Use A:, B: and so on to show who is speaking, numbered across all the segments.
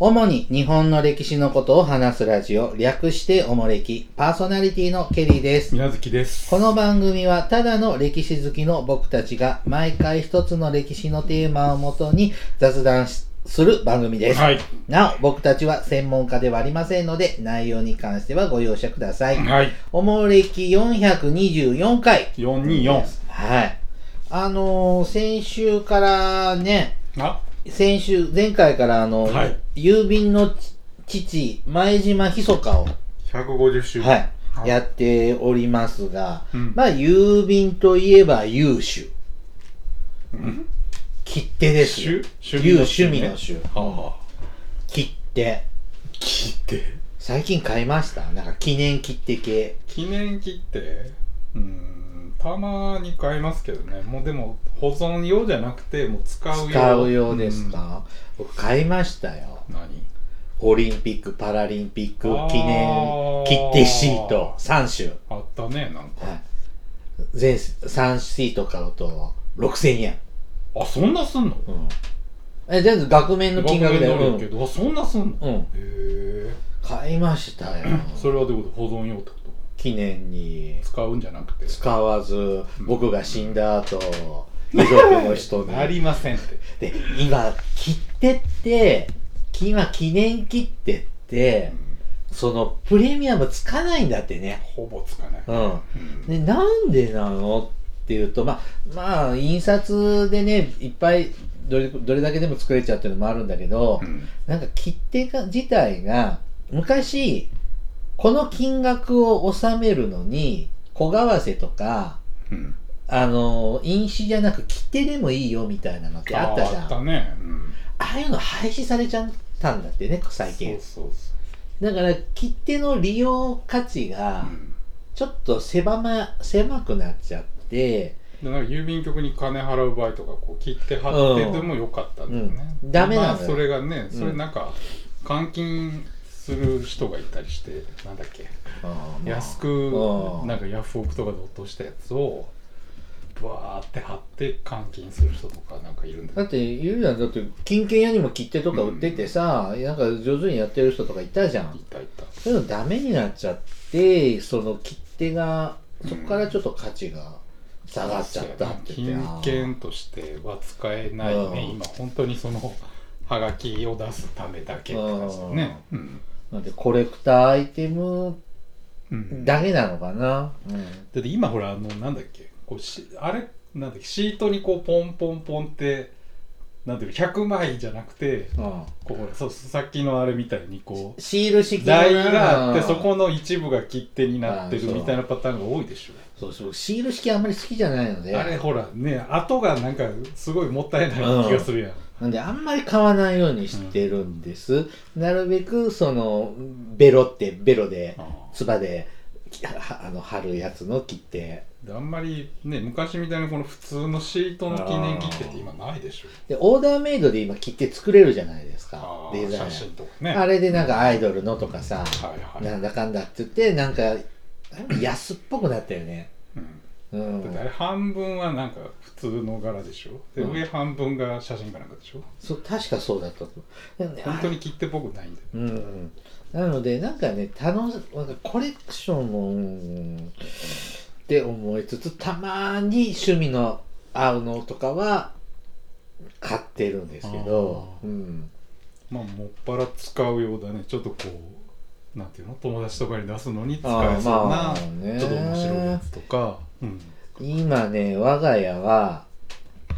A: 主に日本の歴史のことを話すラジオ、略しておもれき、パーソナリティのケリーです。
B: 宮月です。
A: この番組はただの歴史好きの僕たちが毎回一つの歴史のテーマをもとに雑談しする番組です。
B: はい。
A: なお、僕たちは専門家ではありませんので、内容に関してはご容赦ください。
B: はい。
A: おもれき424回。
B: 424。
A: はい。あのー先週からね、
B: あ、
A: 先週、前回からあの、
B: はい
A: 郵便の父、前島ひそかを、
B: 150周。。
A: はいい、やっておりますが、
B: うん
A: まあ、郵便といえば優秀。
B: うん
A: 切手ですよ。
B: 趣
A: 優
B: 趣
A: 趣
B: 味
A: 味
B: の
A: の
B: 趣
A: 種。
B: はあ。
A: 切手。
B: 切手。
A: 最近買いましたなんか記念切手系。
B: 記念切手うーん、たまに買いますけどね。もうでも、保存用じゃなくて、もう使う用。
A: 使うようですか、僕買いましたよ。
B: うん。何
A: オリンピック・パラリンピック記
B: あー
A: 念切手シート3種。
B: あったね、なんか。
A: はい全3シート買うと6000円。
B: あ、そんなすんの
A: うん。え、全部額面の金額だよ。
B: 500円
A: う
B: だけ
A: ん。
B: ど、あ、そんなすん
A: う
B: のへ
A: ん
B: え。
A: 買いましたよ。
B: それはどういうこと保存用ってこと
A: 記念に
B: 使うんじゃなくて。
A: 使わず、僕が死んだ後、遺族の人に。
B: なりませんって。
A: で、今、切手って、き今記念切手って、そのプレミアムつかないんだってね。
B: ほぼつかない。
A: うん。
B: うん
A: でなんでなのっていうとまあまあ印刷でねいっぱいどれどれだけでも作れちゃうっていうのもあるんだけど、
B: うん
A: なんか切手が自体が昔この金額を納めるのに小為替とか
B: うん
A: あの印紙じゃなく切手でもいいよみたいなのってあったじゃん
B: あ
A: あ
B: ったね。うん
A: あいうの廃止されちゃったんだってね最近
B: そうそうそ
A: だから切手の利用価値が
B: う。うん
A: ちょっと狭,、ま、狭くなっちゃって、
B: でなんか郵便局に金払う場合とかこう切って貼ってでもよかったんだよね。
A: うんダメなのよ
B: まあそれがね、それ
A: うん
B: なんか換金する人がいたりして、なんだっけ、
A: あーまあ
B: 安く
A: うん
B: なんかヤフオクとかで落としたやつをバーって貼って換金する人とかなんかいるんだ
A: だ
B: よ。
A: って言うじゃんだって金券屋にも切手とか売っててさ、なんか上手にやってる人とかいたじゃ
B: い
A: ん
B: たいた。
A: そういうのダメになっちゃってその切手がそこからちょっと価値が下がっちゃったって言
B: 金
A: って
B: 券としては使えない
A: うん
B: ね今本当にそのはがきを出すためだけって感じだねうん
A: なんでコレクターアイテム
B: うんだ
A: だけなのかな、うん
B: って今ほらあのなんだっけこうしあれなんだっけシートにこうポンポンポンってなんていうの100枚じゃなくて
A: うん
B: こうほらそうさっきのあれみたいにこう
A: シール式の
B: 台があってそこの一部が切手になって
A: あー
B: る
A: そう
B: みたいなパターンが多いでしょ
A: そうそうシール式あんまり好きじゃないので
B: あれほらね後がなんかすごいもったいない気がするやん
A: なんであんまり買わないようにしてるんです、なるべくそのベロってベロで
B: あー
A: つばできはあの貼るやつの切って
B: であんまりね昔みたいなこの普通のシートの記念切手って今ないでしょ
A: でオーダーメイドで今切って作れるじゃないですか
B: あー
A: デザイン
B: 写真とかね
A: あれでなんかアイドルのとかさ、
B: はいはい、
A: なんだかんだって言ってなんか安っぽくなったよね
B: うん、
A: う
B: だってあ
A: ん
B: れ半分はなんか普通の柄でしょで、
A: うん
B: 上半分が写真かなんかでしょ
A: そう確かそうだったと思う
B: 本当に切手っぽくないんだよ
A: うん、なのでなんかね楽しなんかコレクションもうんって思いつつたまに趣味の合うのとかは買ってるんですけど、
B: あ
A: うん、
B: まあもっぱら使うようだねちょっとこうなんていうの友達とかに出すのに使えそうな、
A: あーまあね
B: ちょっと面白いやつとか、うん、
A: 今ね我が家は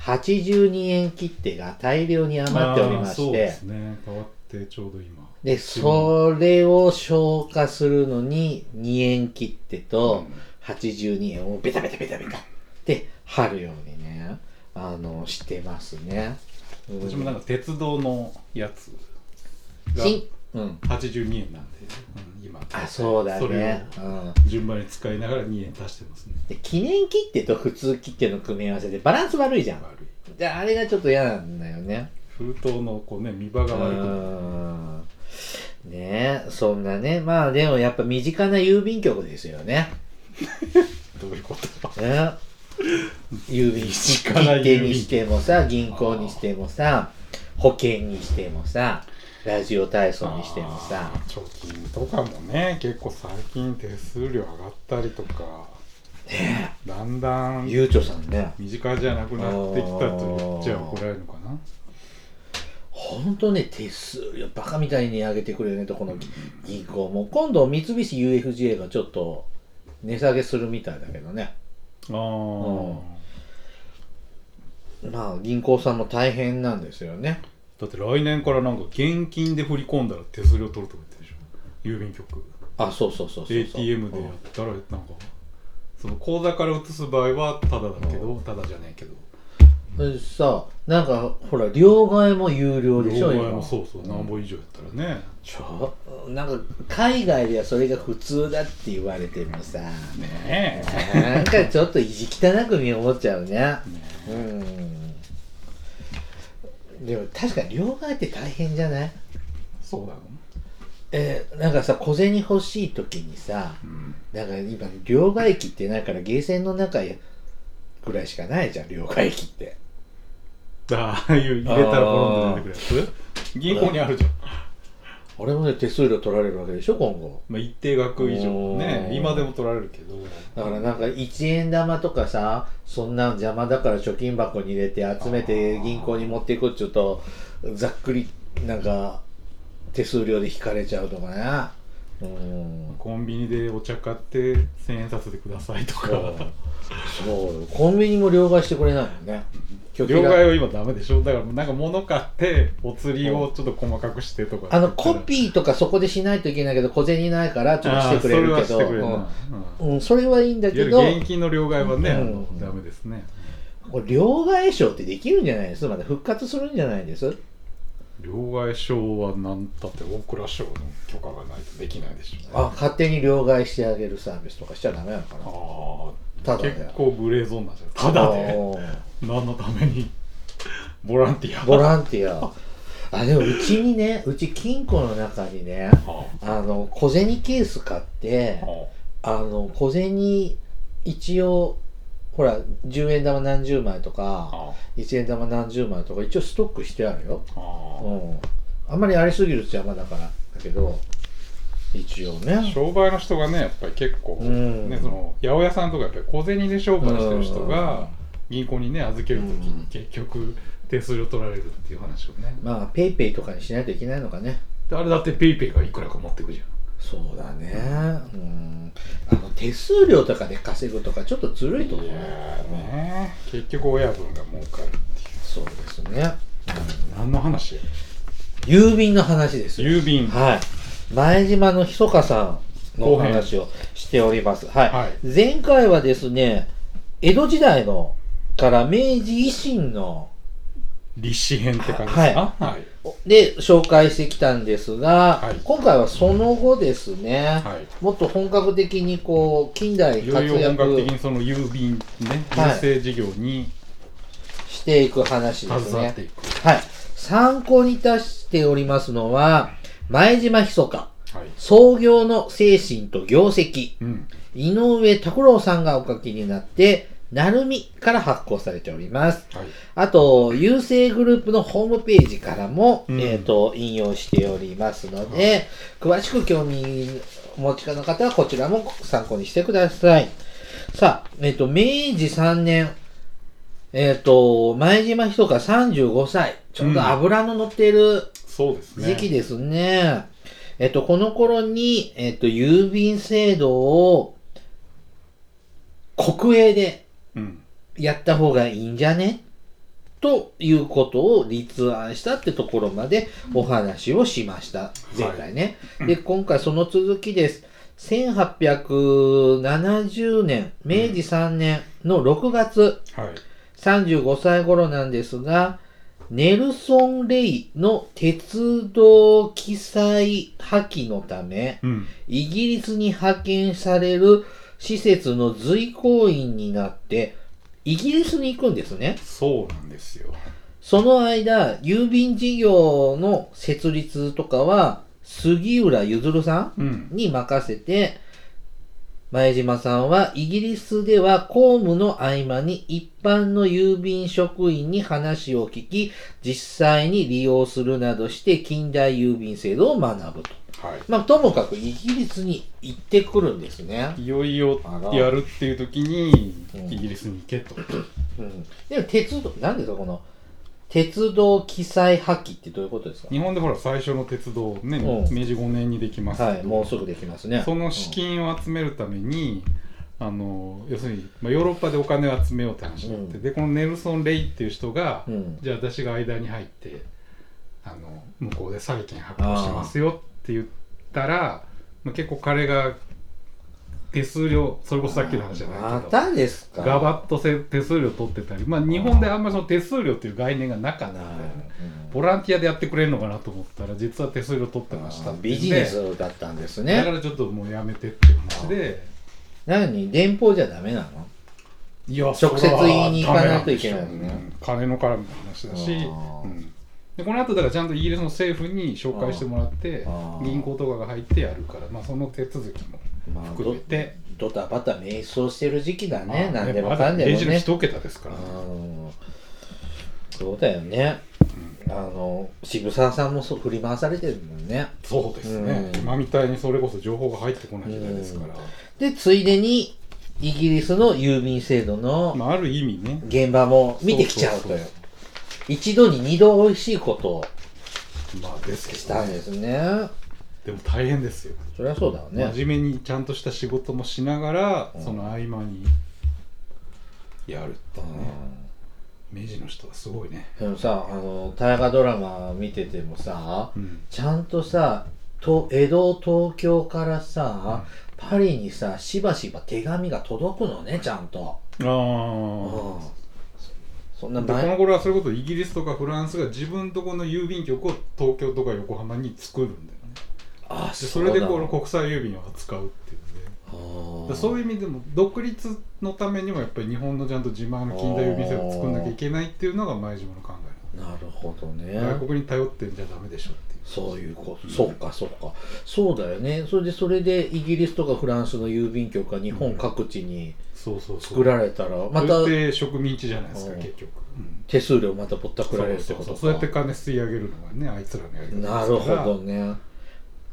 A: 82円切手が大量に余っておりま
B: あーそ
A: し
B: う
A: て
B: ですね変わってちょうど今
A: でそれを消化するのに2円切手と、
B: うん
A: 82円をベタベタベタベタって貼るようにねあのしてますね、うん、
B: 私もなんか鉄道のやつが
A: しんうん
B: 82円なんで、うん今
A: あそうだ
B: それ
A: ね、うん、
B: を順番に使いながら2円足してますね
A: で記念切手と普通切手の組み合わせでバランス悪いじゃん
B: 悪い
A: であれがちょっと嫌なんだよね
B: 封筒のこうね見場
A: う
B: が悪くなる
A: んねえそんなねまあでもやっぱ身近な郵便局ですよね
B: どういうこと
A: ね郵便
B: 身
A: 切
B: 近な郵便
A: 手にしてもさ銀行にしてもさ保険にしてもさラジオ体操にしてもさ
B: あー貯金とかもね結構最近手数料上がったりとか
A: ね
B: だんだん
A: ゆうちょさんね
B: 身近じゃなくなってきたと言っちゃ怒られるのかな
A: ほんとね手数料バカみたいに上げてくれるねとこの銀行も今度三菱 UFJ がちょっと値下げするみたいだけどね
B: ああ
A: まあ銀行さんも大変なんですよね
B: だって来年からなんか現金で振り込んだら手数料取るとか言ってるでしょ郵便局
A: あそうそうそうそう
B: ATM でやったらなんかその口座から移す場合はタダだけどタダじゃないけど
A: でさなんかほら両替も有料でしょ
B: 両替
A: 今
B: もそうそう何本以上やったらね
A: ちょなんか海外ではそれが普通だって言われてもさ
B: ね
A: なんかちょっと意地汚くに思っちゃうね
B: え
A: う
B: ね
A: んでも確かに両替って大変じゃない
B: そうだろ
A: えーなんかさ小銭欲しい時にさ
B: うん
A: なんか今両替機ってないからゲーセンの中ぐらいしかないじゃん両替機って
B: ああいう入れたらポロンと出てくるやつ銀行にあるじゃん、
A: あれもね手数料取られるわけでしょ今後
B: まあ、一定額以上ね
A: おー
B: 今でも取られるけど
A: だからなんか1円玉とかさそんなん邪魔だから貯金箱に入れて集めて銀行に持っていくっちょっとざっくりなんか手数料で引かれちゃうとかねうん
B: コンビニでお茶買って千円札でくださいと
A: そ
B: か
A: うそうコンビニも両替してくれないもんね今日
B: 両替は今ダメでしょだからなんか物買ってお釣りをちょっと細かくしてとか
A: あのコピーとかそこでしないといけないけど小銭ないからちょっとしてくれるけ
B: あーそ
A: ど
B: れはしてくれるな、うん
A: うんうん、それはいいんだ
B: い
A: け
B: わ
A: ど
B: ゆる現金の両替はね、
A: うん
B: あのダメですね
A: これ両替商ってできるんじゃないですまだ復活するんじゃないです
B: 両替証は何だって大蔵省の許可がないとできないでしょ
A: あ勝手に両替してあげるサービスとかしちゃダメなのかな
B: あ
A: た
B: あ
A: だで
B: 結構グレーゾーンなんじゃないただで
A: おー
B: 何のために ボランティア
A: ボランティア あでもうちにねうち金庫の中にね
B: あ
A: あの小銭ケース買って
B: ああ
A: あの小銭一応ほら10円玉何十枚とか
B: あ
A: 1円玉何十枚とか一応ストックしてあるよ、
B: ああ
A: うん、あんまりありすぎると邪魔だからだけど一応ね
B: 商売の人がねやっぱり結構、
A: うん
B: ね、その八百屋さんとかやっぱり小銭で商売してる人が銀行にね預けるとき
A: うん
B: に結局手数料取られるっていう話をね、
A: まあペイペイとかにしないといけないのかね
B: であれだってペイペイがいくらか持ってくじ
A: そうだねうんあの手数料とかで稼ぐとかちょっとず
B: ゃん
A: るいと思う
B: ね結局親分が儲かるってい
A: そうですね
B: う何の話や
A: 郵便の話ですよ
B: 郵便
A: はい前島のひそかさんのお
B: 後編
A: 話をしておりますはい、
B: はい
A: 前回はですね江戸時代のから明治維新の
B: 立志編って感じですか
A: は
B: はい
A: で紹介してきたんですが、
B: はい
A: 今回はその後ですね、
B: はい、
A: もっと本格的にこう近代
B: い、
A: 活
B: よいよ本格的
A: 躍
B: にその郵便ね
A: はい
B: 郵政事業に
A: していく話です
B: 携
A: ね
B: わっていく、
A: はい。参考に出しておりますのは、前島ひそか、
B: はい
A: 創業の精神と業績、
B: うん、
A: 井上拓郎さんがお書きになって、なるみから発行されております。
B: はい
A: あと、郵政グループのホームページからも、
B: うん
A: えっ、と、引用しておりますので、詳しく興味お持ちの方はこちらも参考にしてください。さあ、えっ、と、明治3年、えっ、と、前島ひそか35歳、ちょうど油の乗っている
B: そうですね
A: 時期ですね。えっ、と、この頃に、えっ、と、郵便制度を国営で
B: うん
A: やった方がいいんじゃねということを立案したってところまでお話をしました。
B: い
A: 前回ね。で、今回その続きです。1870年、明治3年の6月、
B: はい
A: 35歳頃なんですが、ネルソン・レイの鉄道記載破棄のため、
B: うん
A: イギリスに派遣される施設の随行員になって、イギリスに行くんですね。
B: そうなんですよ
A: その間、郵便事業の設立とかは、杉浦譲さん
B: うん
A: に任せて、前島さんはイギリスでは公務の合間に一般の郵便職員に話を聞き実際に利用するなどして近代郵便制度を学ぶと。
B: は
A: まあ、ともかくイギリスに行ってくるんですね。
B: い、いよいよ
A: あら
B: やるっていう時に
A: うん
B: イギリスに行けと、
A: うん、でも鉄道なんですかこの鉄道記載破棄ってどういうことですか
B: 日本でほら最初の鉄道ね、
A: うん
B: 明治5年にできますけど、
A: はいもうすぐできますね。
B: その資金を集めるために、あの要するに、まあ、ヨーロッパでお金を集めようって話になって、
A: うん
B: でこのネルソン・レイっていう人が、
A: うん、うん
B: じゃあ私が間に入ってあの向こうで債券発行しますよって言ったら、まあ、結構彼が手数料それこそさっきの話じゃない
A: ま
B: けど。
A: たですか
B: ガバッとせ手数料取ってたり、まあ、日本であんまりその手数料っていう概念がなかったのでボランティアでやってくれるのかなと思ったら実は手数料取ってました
A: う
B: っ
A: ん、
B: ていうん
A: ビ
B: で
A: ジネスだったんです
B: だか
A: ね。
B: らちょっともうやめてっていう話で
A: 何電報じゃダメなの
B: いや
A: 直接言いに行かないといけないよね
B: それはダメなんでしょうね金の絡みの話だし、
A: あー
B: うんでこの後だからちゃんとイギリスの政府に紹介してもらって
A: あー
B: 銀行とかが入ってやるから、まあ、その手続きも
A: まあ、
B: 含めて、
A: ドタバタ迷走してる時期だね、
B: まあ
A: なんでも
B: ま
A: か
B: だ
A: んで
B: レ
A: も
B: ジの
A: ね。
B: 一桁ですからね、
A: うんそうだよね。あの渋沢さんもそう振り回されてるもんね。
B: そうですね、
A: うん
B: 今みたいにそれこそ情報が入ってこない時代ですから、
A: でついでにイギリスの郵便制度の
B: まあ、ある意味ね
A: 現場も見てきちゃうと
B: そ
A: いうう
B: そうそ
A: 一度に二度美味しいことを
B: まあです
A: し
B: けど
A: たん
B: ね、
A: ですね。
B: でも大変ですよ
A: そりゃそうだわね。
B: 真面目にちゃんとした仕事もしながら、
A: うん
B: その合間にやるって
A: う
B: ね、
A: ん
B: 明治の人はすごいね、
A: でもさあの大河ドラマ見ててもさ
B: うん
A: ちゃんとさと江戸東京からさパリにさしばしば手紙が届くのねちゃんと、う
B: あ
A: ん
B: ー、
A: そんな
B: でこの
A: 前
B: 頃はそれこそイギリスとかフランスが自分とこの郵便局を東京とか横浜に作るんだよね
A: あ
B: でそれでこ
A: うな
B: の国際郵便を扱うっていうので
A: あ
B: だからそういう意味でも独立のためにもやっぱり日本のちゃんと自前の近代郵便制を作んなきゃいけないっていうのが前島の考
A: なるほど
B: え
A: ね
B: なの外国に頼ってんじゃダメでしょっていう
A: そういうこと、
B: うん
A: そうかそうかそうだよねそれでそれでイギリスとかフランスの郵便局が日本各地に
B: そうそうそう
A: 作られたらまた
B: それって植民地じゃないですか
A: うん
B: 結局、うん
A: 手数料またぼったくられるって
B: そう
A: こ
B: そ
A: と
B: う
A: か
B: そうやって金吸い上げるのがねあいつらのやり方ですから
A: なるほどね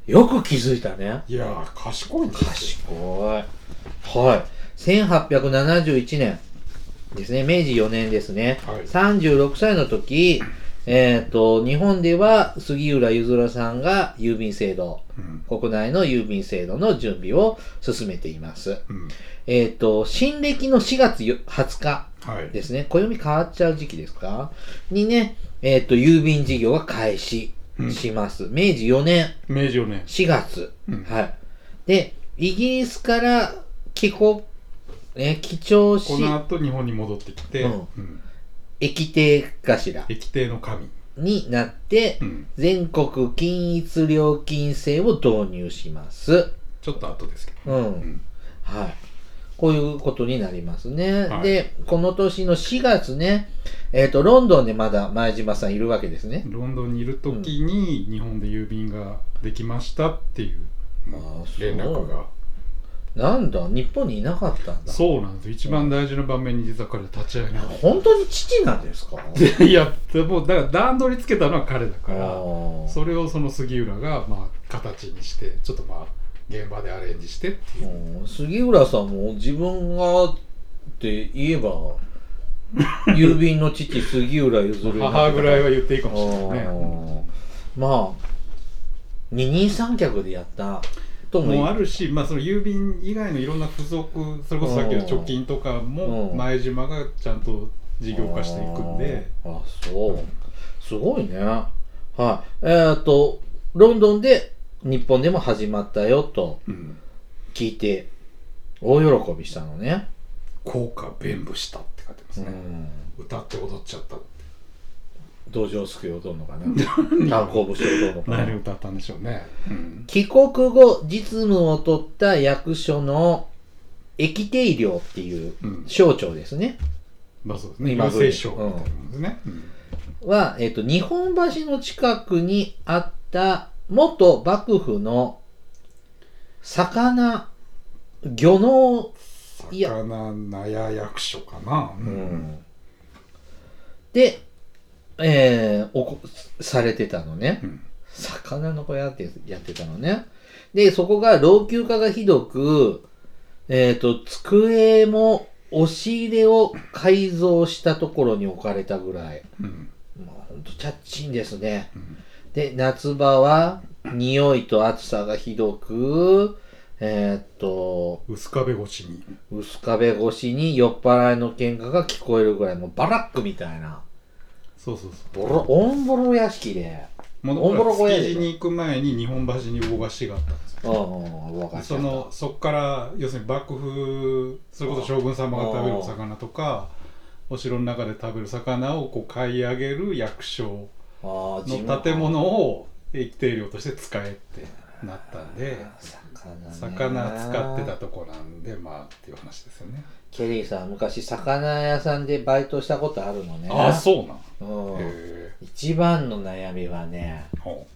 A: よく気づいたね
B: いやー賢いんですよ
A: 賢いはい1871年ですね明治4年ですね、
B: はい
A: 36歳の時えっ、と日本では杉浦ゆずらさんが郵便制度
B: うん
A: 国内の郵便制度の準備を進めています
B: うん
A: えっ、と新暦の4月20日
B: はい
A: ですね暦変わっちゃう時期ですかにねえっ、と郵便事業が開始します、明治4年
B: 明治4年
A: 4月、
B: うん
A: はい。で、イギリスから帰国、え、帰庁し
B: こ、の後日本に戻ってきて、
A: うん
B: うん
A: 駅定頭
B: 駅定の神、
A: になって
B: う、ん
A: 全国均一料金制を導入します。
B: ちょっと後ですけど、
A: う。
B: うんん
A: はい。こういうことになりますね。
B: はい
A: で、この年の4月ね、えっ、と、ロンドンでまだ前島さんいるわけですね。
B: ロンドンにいる時に日本で郵便ができましたっていう
A: あーそう
B: 連絡が
A: なんだ、日本にいなかったんだ。
B: そうなんですよ一番大事な場面に実は彼は立ち会いなかっ
A: 本当に父なんですか
B: たい やでもだから段取りつけたのは彼だか
A: あ
B: ら
A: ー
B: それをその杉浦がまあ形にしてちょっとまあ現場でアレンジしてっていう、
A: うん杉浦さんも自分がって言え ば郵便の父杉浦譲る
B: 母ぐらいは言っていいか
A: か
B: もしれないね、
A: まあ二人三脚でやったと
B: うんもう
A: も
B: あるし、まあ、その郵便以外のいろんな付属それこそさっきの貯金とかも
A: うん
B: 前島がちゃんと事業化していくんで、
A: あーあそうすごいねはいえーっ、とロンドンで日本でも始まったよと
B: うん、
A: 聞いて大喜びしたのね
B: 効果弁舞したって書いてます
A: う
B: ね、
A: ん
B: 歌って踊っちゃったって
A: 同情すくよどうの かな炭鉱節をどうのかな
B: 何歌ったんでしょうね、うん
A: 帰国後実務を取った役所の液定量っていう
B: うん
A: 省庁ですね
B: まあそうですね
A: 今
B: 郵
A: 風に
B: 政省みたいなもんですね、うん
A: は、えっと日本橋の近くにあった元幕府の魚魚のいや
B: 魚納屋役所かな、う
A: うんんで、えーおこされてたのね
B: うん
A: 魚の小屋ってやってたのねでそこが老朽化がひどくえっ、と机も押し入れを改造したところに置かれたぐらい
B: うん
A: もうほんとチャッチンですね
B: うん
A: で夏場は匂いと暑さがひどくえーっと
B: 薄壁越しに
A: 薄壁越しに酔っ払いの喧嘩が聞こえるぐらいもうバラックみたいな
B: そうそうそう
A: ボロオンボロ屋敷で
B: も
A: おんぼろ小屋で
B: 築地に行く前に日本橋に魚河岸があったんですよ
A: うんうんうん分かっ
B: そのそこから要するに幕府それこそ将軍様が食べるお魚とかお城の中で食べる魚をこう買い上げる役所の
A: の
B: 建物を一定量として使えってなったんで
A: 魚ね
B: 魚使ってたとこなんでまあっていう話ですよね
A: ケリーさん昔魚屋さんでバイトしたことあるのね
B: ああそうなんへ
A: うん
B: え
A: 一番の悩みはね
B: ほ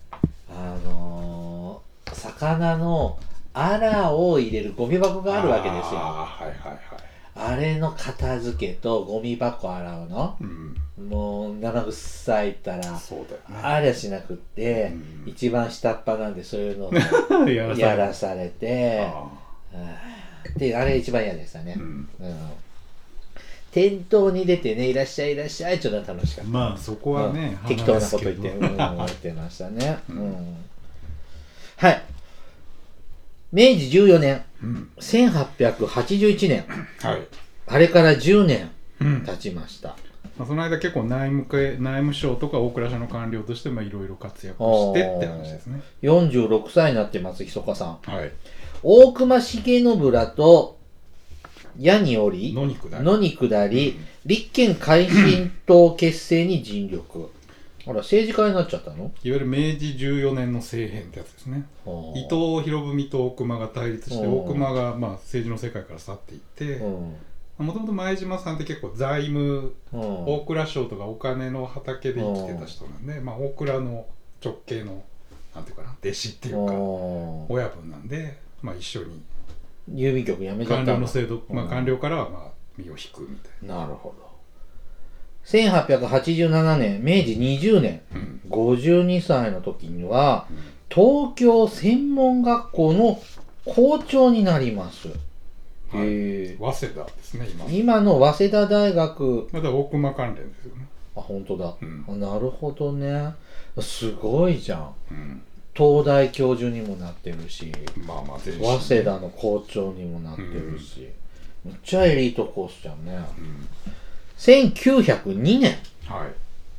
A: あのー魚のアラを入れるゴミ箱
B: う
A: があるわけですよあ
B: あーはいはいはい
A: れの片付けとゴミ箱洗うの
B: うん
A: もう生臭いったら
B: そうだよね
A: ありゃしなくって、
B: うん
A: 一番下っ端なんでそういうのを
B: やらされ
A: やらされて
B: あ
A: うんであれ一番嫌でしたね
B: ー、うん
A: うん店頭に出てね「いらっしゃいいらっしゃい」ちょっと楽しかった
B: まあそこはね
A: うん適当なこと言って、
B: 話
A: う
B: で
A: ん、
B: すけど
A: 言ってましたね、
B: う
A: うんんはい明治14年
B: うん
A: 1881年
B: はい
A: あれから10年
B: うん
A: 経ちました、
B: まあ、その間結構内務系内務省とか大蔵省の官僚としてまあいろいろ活躍してって話ですね。
A: 46歳になってますひそかさん
B: はい。
A: 大隈重信らと矢におり
B: 野に下り
A: 野に下り立憲改進党結成に尽力あら政治家になっちゃったの
B: いわゆる明治14年の政変ってやつですね。伊
A: 伊
B: 藤博文と大隈が対立して
A: お
B: 大
A: ー
B: 隈がまあ政治の世界から去っていって
A: うん
B: もともと前島さんって結構財務
A: うん
B: 大蔵省とかお金の畑で生きてた人なんで、まあ、大蔵の直系のなんていうかな弟子っていうか
A: うん
B: 親分なんで、まあ、一緒に
A: 郵便局辞めちゃ
B: 官
A: っ
B: 僚
A: た
B: の
A: の
B: 制度、まあ、
A: うん
B: 官僚からはまあ身を引くみたい
A: なるほど1887年明治20年
B: な。うん
A: 52歳の時には
B: うん
A: 東京専門学校の校長になります、
B: はい
A: へえ
B: 早稲田ですね今
A: 今の早稲田大学
B: まだ大隈関連ですよね
A: あ本当だ
B: うん、
A: あなるほどねすごいじゃん
B: うん、
A: 東大教授にもなってるし
B: まあまあ全
A: 早稲田の校長にもなってるし、めっちゃエリートコースじゃんね
B: うん
A: 1902年
B: はい、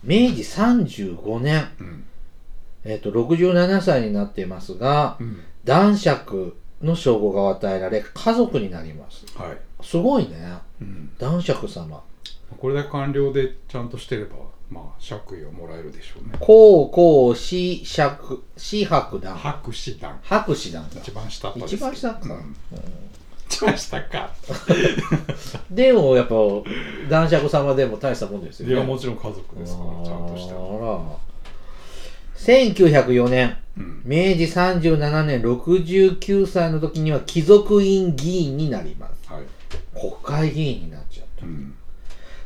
A: 明治35年、
B: うん
A: えっと67歳になっていますが
B: うん、
A: 男爵の称号が与えられ家族になります
B: はい、
A: すごいね
B: うん、
A: 男爵様
B: これだけ官僚でちゃんとしてればまあ爵位をもらえるでしょうね
A: 高校子爵子伯団
B: 博士団
A: 博士団か
B: 一番下っ端です
A: 一番下か
B: うん一番下か
A: でもやっぱ男爵様でも大したもんですよ
B: い
A: ね
B: やもちろん家族ですからちゃんとした、
A: あら1904年
B: うん、
A: 明治37年69歳の時には貴族院議員になります
B: はい、
A: 国会議員になっちゃう
B: うん、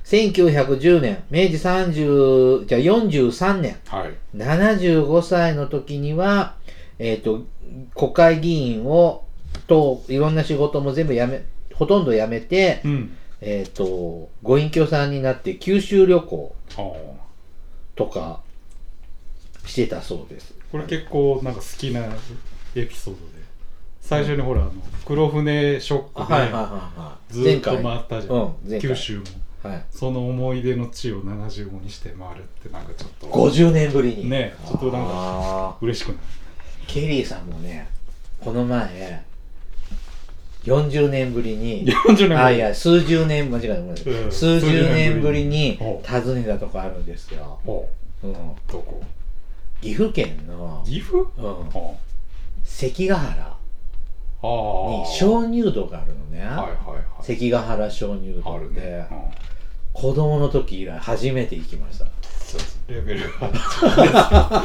A: 1910年明治30じゃあ43年
B: はい
A: 75歳の時にはえっ、と国会議員をといろんな仕事も全部やめほとんどやめて
B: うん
A: えっ、とご隠居さんになって九州旅行
B: あー
A: とかしてたそうです
B: これ結構なんか好きなエピソードで最初にほらあの黒船ショック
A: あ
B: で、
A: はいはいはいはい
B: ずっと
A: 前
B: 回
A: 回
B: ったじゃ
A: うん
B: ん、
A: 前回
B: 九州も
A: はい
B: その思い出の地を75にして回るってなんかちょっと
A: 50年ぶりに
B: ねちょっとなんか
A: か
B: 嬉しくない
A: ケリーさんもねこの前40年ぶり に
B: 40
A: あい
B: 年
A: や数十年間違えたごめんなさい
B: うん
A: 数十年ぶりに
B: ほう
A: 訪ねたとこあるんですよ、
B: 前お
A: うん、
B: どこ
A: 岐阜県の、
B: 岐阜
A: うん、
B: お
A: 関ヶ原
B: ああ
A: に鍾乳洞があるのね、
B: はいはい
A: 関ヶ原鍾乳
B: はいあ
A: 洞
B: る
A: で、
B: ね、
A: 子供の時以来初めて行きました
B: ちょっとレベルが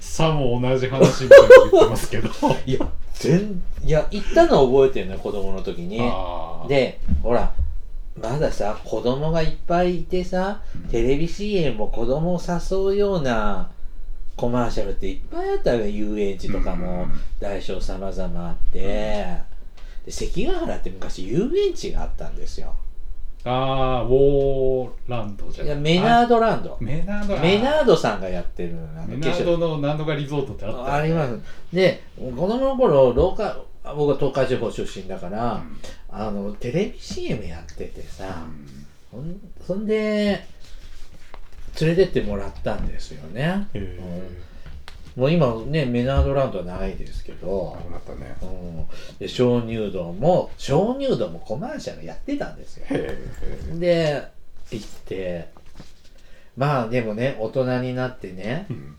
B: さも同じ話みたいなこと言ってますけど
A: いや全いや行ったのは覚えてるのよ子供の時に
B: あー
A: でほらまださ子供がいっぱいいてさ
B: うん
A: テレビ CM も子供を誘うようなコマーシャルっていっぱいあったよね遊園地とかも大小さまざまあって、で関ヶ原って昔遊園地があったんですよ
B: ああウォーランドじゃ
A: い
B: な
A: や
B: い
A: メナードランド
B: メナード
A: メナ
B: あ
A: ードさんがやってるあ
B: ー
A: の
B: メナードのなんとかリゾートってあったよね
A: ありますで子供の頃廊下僕は東海地方出身だから、
B: うん
A: あのテレビ CM やっててさ、
B: うん
A: ほんそんで連れてってもらったんですよね
B: へえ
A: もう今ねメナードランドはないですけど
B: な、くなったね
A: うん、で鍾乳洞も鍾乳洞もコマーシャルやってたんですよ
B: へえ
A: で行ってまあでもね大人になってね
B: うん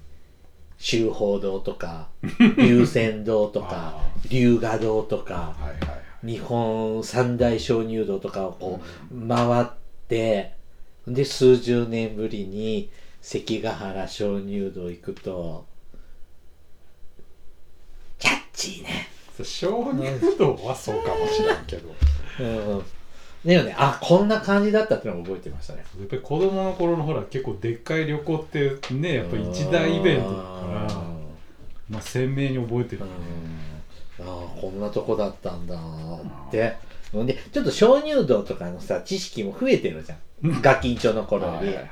A: 修法堂とか 龍泉堂とか
B: あ
A: 龍河堂とか
B: ーはいはいはい
A: 日本三大鍾乳洞とかをこう回ってで数十年ぶりに関ヶ原鍾乳洞行くとキャッチーね、
B: 小乳洞はそうかもしれんけど
A: うん、だよねあこんな感じだったってのを覚えてましたね
B: やっぱり子供の頃のほら結構でっかい旅行ってねやっぱ一大イベントだからまあ鮮明に覚えてる
A: う
B: ね
A: んああこんなとこだったんだってほんでちょっと鍾乳洞とかのさ知識も増えてるじゃ
B: うん
A: んガキンチョの頃よ
B: はい
A: り
B: はいはい、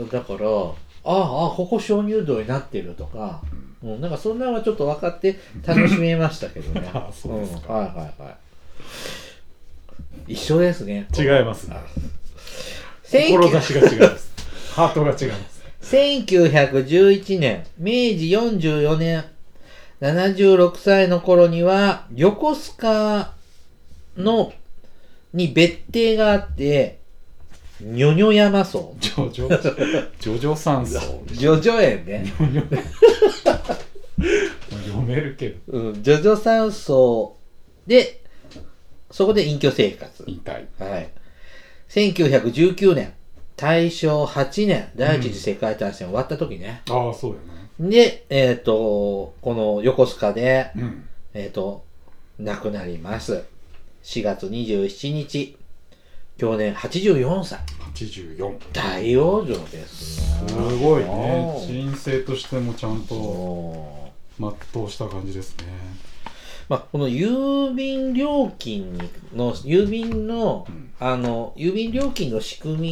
A: うん、だからあああここ鍾乳洞になってるとか、うん、なんかそんなのはちょっと分かって楽しめましたけどね
B: あそうですか
A: んはいはいはい一緒ですね
B: 違いますね
A: 19
B: 志が違いますハートが違います
A: 1911年明治44年76歳の頃には横須賀のに別邸があってニョニョ山荘
B: ジョジョジョジョ山荘
A: ジョジョ園ね、
B: 読めるけど
A: うん、ジョジョ山荘でそこで隠居生活
B: 引退
A: はい1919年大正8年第一次世界大戦終わった時ね、
B: ああそうよね
A: でえっ、とこの横須賀で
B: うん
A: えっ、と、亡くなります。4月27日、去年84歳。
B: 84
A: 大往生ですね。
B: すごいね人生としてもちゃんと
A: おー
B: 全うした感じですね
A: まあ、この郵便料金にの、郵便の、
B: うん
A: あの、郵便料金の仕組み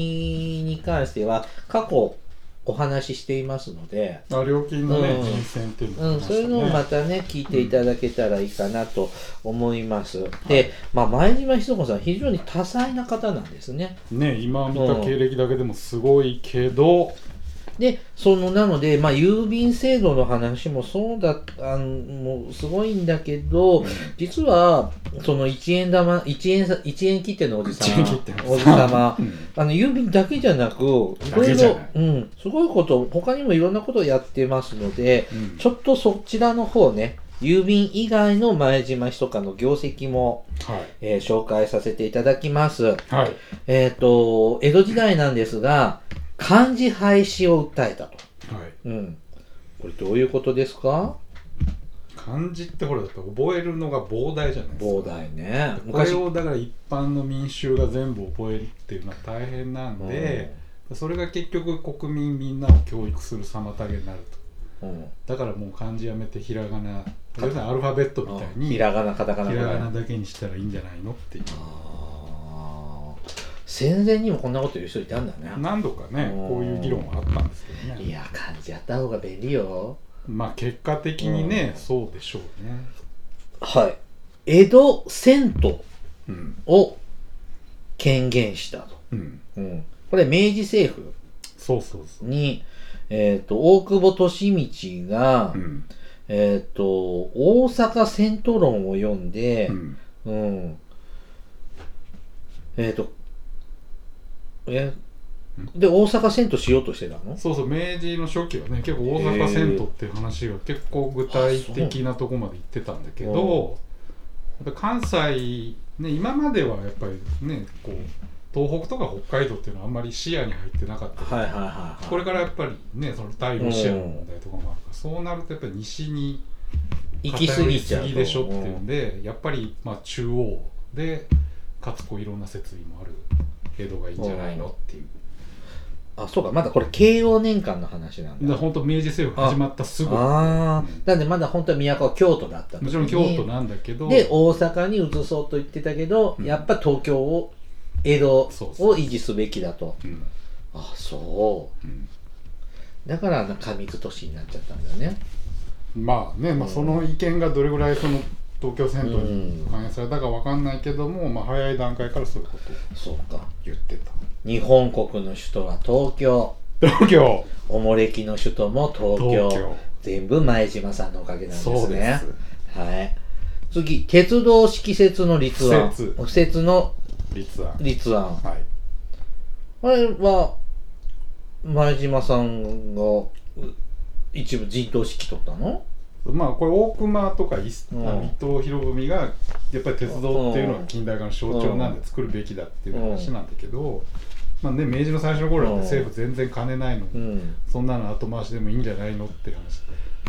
A: に関しては、過去お話ししていますので、
B: あ料金のね
A: うん
B: 人選っていうの
A: うん、
B: がありまし
A: そ
B: たね
A: ういうのをまたね、聞いていただけたらいいかなと思います。で、まあ、前島ひそ子さん、非常に多彩な方なんですね。
B: ね今見た経歴だけでもすごいけど、
A: で、その、なので、まあ、郵便制度の話もそうだ、あの、もうすごいんだけど、実は、その1円玉、1円さ、1円切手のおじさ
B: 1円切手のおじ
A: ま、
B: さ ん
A: おじさま
B: う、ん
A: あの、郵便だけじゃなく、いろ
B: だけ
A: い
B: じゃ
A: ろ
B: ない、
A: うん、すごいこと、他にもいろんなことをやってますので、ちょっとそちらの方ね、郵便以外の前島ひそかの業績も、
B: はい
A: えー紹介させていただきます。
B: はい
A: えっ、と、江戸時代なんですが、漢字廃止を訴えたと。
B: はい
A: うん。これどういうことですか
B: 漢字ってほらやっぱ覚えるのが膨大じゃないですか
A: 膨大ね。
B: これをだから一般の民衆が全部覚えるっていうのは大変なんで、それが結局国民みんなを教育する妨げになると
A: うん、うん
B: だからもう漢字やめてひらがな要するにアルファベットみたいに
A: ひ
B: ひら
A: らがな、カタカナぐらい
B: がなだけにしたらいいんじゃないのっていう
A: あー戦前にもこんなこと言う人いたんだね。
B: 何度かね
A: うん
B: こういう議論はあったんですけどね
A: いや、漢字やった方が便利よ。
B: まあ結果的にね、
A: うん
B: そうでしょうね。
A: はい。江戸銭湯
B: うん。
A: を権限したと。
B: うん。
A: うん、これ明治政府
B: そうそうそう。
A: に、えー、と大久保利通が、
B: うん。
A: えー、と大阪銭湯論を読んで、
B: うん。
A: うんえっ、と、えで、大阪銭湯しようとしてたの
B: そうそう、明治の初期はね、結構大阪銭湯っていう話が結構具体的なとこまで行ってたんだけど、やっぱ関西、ね、今まではやっぱりね、こう、東北とか北海道っていうのはあんまり視野に入ってなかった
A: はいはいはい
B: これ
A: が
B: からやっぱりねその対ロシアの問題とかもあるからそうなるとやっぱり西に
A: 行き過ぎちゃう
B: 偏りすぎでしょっていうんでやっぱりまあ中央でかつこういろんな設備もある江戸がいいんじゃないのっていう
A: あそうかまだこれ慶応年間の話なん
B: だから
A: だ
B: 本当明治政府始まったすぐ
A: ああ
B: うん
A: なんでまだ本当は都は京都だった時に
B: もちろん京都なんだけど
A: で大阪に移そうと言ってたけど、
B: うん
A: やっぱ東京を江戸を
B: そうそう
A: 維持すべきだと
B: うん
A: あそ
B: うん
A: うだからあの上津都市になっちゃったんだよね
B: まあね、まあ、
A: うん
B: その意見がどれぐらいその東京
A: う
B: 戦闘に
A: ん
B: 反映されたかわかんないけども、まあ、早い段階からそういうことを
A: そうか
B: 言ってた
A: 日本国の首都は東京
B: 東京
A: おもれきの首都も東京
B: 東京
A: 全部前島さんのおかげなんですね
B: そうです
A: はい次鉄道敷設の立案
B: 敷設
A: 敷設の
B: 立案
A: 立案
B: はい
A: これは前島さんがう一部陣頭指揮取ったの
B: まあこれ大熊とか伊
A: うん
B: あの伊藤博文がやっぱり鉄道っていうのは近代化の象徴なんで作るべきだっていう話なんだけど、まあね、明治の最初の頃だって政府全然金ないの
A: う
B: に
A: ん
B: そんなの後回しでもいいんじゃないのっていう話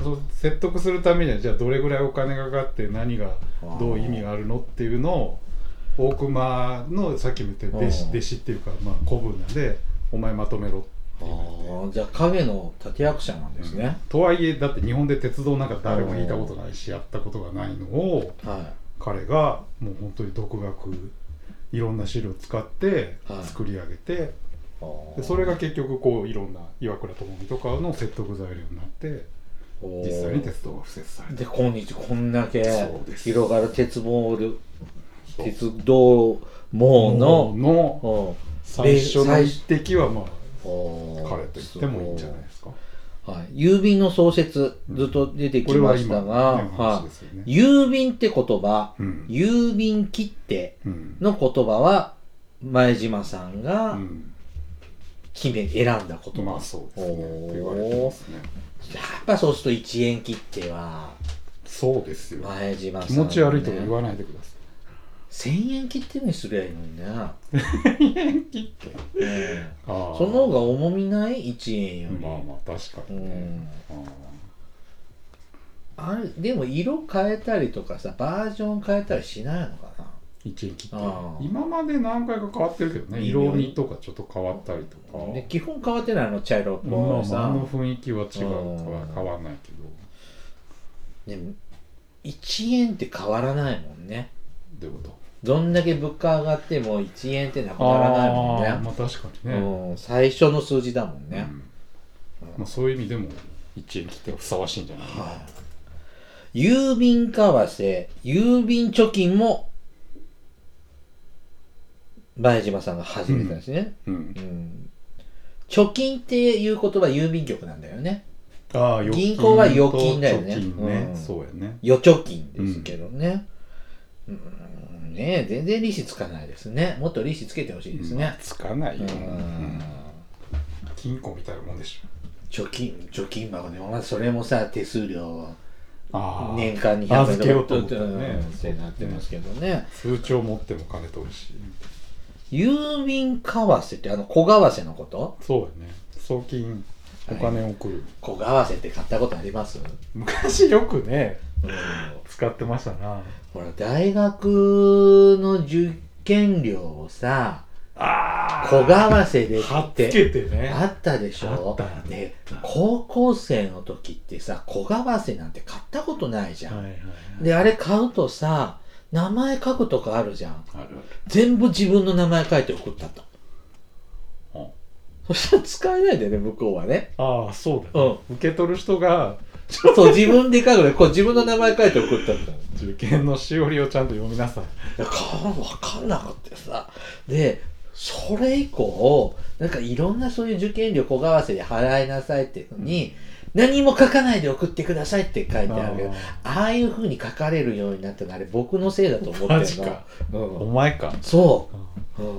B: そう説得するためにはじゃあどれぐらいお金がかかって何がどう意味があるのっていうのを大熊のさっきも言った弟
A: うん
B: 子弟子っていうかまあ古文なんでお前まとめろって
A: あ
B: 言わ
A: ー
B: れて。
A: じゃあ影の立役者なんですね、
B: とはいえだって日本で鉄道なんか誰も引いたことないしやったことがないのを
A: は
B: 彼がもう本当に独学いろんな資料を使って
A: はい
B: 作り上げて、
A: いあー
B: でそれが結局こういろんな岩倉智美とかの説得材料になって
A: おー
B: 実際に鉄道が敷設され
A: で
B: た
A: 今日こんだけ
B: そうです
A: 広がる鉄棒る
B: そう
A: 鉄道網の
B: の
A: お
B: 最初の
A: 最
B: 一滴はまあ
A: お
B: 彼と言ってもいいんじゃないですか
A: はい、郵便の創設ずっと出て
B: こ
A: き
B: れは
A: ました
B: 今ね
A: が、
B: お話
A: は
B: ですよね、
A: い、郵便って言葉
B: うん
A: 郵便切手
B: うん
A: の言葉は前島さんが
B: うん
A: 決め選んだ言葉、
B: まあそうで
A: お
B: すね
A: ー
B: と言われてますね
A: やっぱそうすると1円切手は
B: そうですよ
A: 前島さん、
B: 気持ち悪いとか言
A: ね
B: わないでください
A: 1000円切手にすりゃいいのにね、うん
B: その
A: その方が重みない1円より、
B: まあまあ確かにね、
A: あれでも色変えたりとかさバージョン変えたりしないのかな
B: 一円切って
A: あー
B: 今まで何回か変わってるけどね
A: 微妙に
B: 色味とかちょっと変わったりとか、
A: ね、基本変わってないの茶色っ
B: まあ
A: ぽい
B: まああ
A: さ、
B: の雰囲気は違うから
A: うん
B: 変わんないけど
A: でも1円って変わらないもんね
B: どういうこ
A: どんだけ物価上がっても1円ってなく
B: と
A: ならないもんね
B: あーまあ確かにね,、
A: うん、最初の数字だもん
B: う
A: ね、
B: んまあ、そういう意味でも一円切ってはふさわしいんじゃないかな、
A: はい郵便為替郵便貯金も前島さんが始めたんですね、
B: うん
A: う、ん貯金っていう言葉郵便局なんだよね
B: ああ
A: 銀行は預金だよね
B: 貯金ね、
A: うん
B: そうやね
A: 預貯金ですけどね、うん、ねえ全然利子つかないですねもっと利子つけてほしいです
B: まあ
A: ね、
B: つかないよ、
A: う
B: うんん、金庫みたいなもんでしょ
A: 貯金貯金箱ねまあそれもさ手数料
B: ああ
A: 年間に100円
B: 預けようと思ったら
A: うん
B: ね
A: ってなってますけどね
B: 通帳持っても金取るし
A: 郵便為替ってあの小為替のこと
B: そうやね送金お金を送る、
A: 小為替って買ったことあります、
B: 昔よくね
A: うん、
B: 使ってましたな
A: ほら大学の受験料をさ
B: あ
A: 小為替で
B: 貼
A: 買っ
B: っつ
A: て
B: けてね
A: あったでし
B: あっ
A: ょ
B: たあった
A: で高校生の時ってさ小為替なんて買ったことないじゃん、
B: はいはいはい
A: であれ買うとさ名前書くとかあるじゃん
B: ある
A: 全部自分の名前書いて送ったと
B: ある
A: そしたら使えないんだよね、向こうはね。
B: ああそうだね、
A: うん。
B: 受け取る人が
A: そう、自分で書くのこう自分の名前書いて送ったんだよ。
B: 受験のしおりをちゃんと読みなさい
A: いや、かわかんなくてさ。で、それ以降、なんかいろんなそういう受験料小為替で払いなさいっていうのに、何も書かないで送ってくださいって書いてあるけど、ああいう風に書かれるようになったのあれ僕のせいだと思ってるの。
B: マジか
A: う
B: お
A: ん、
B: 前か
A: そ
B: あ
A: う、うん。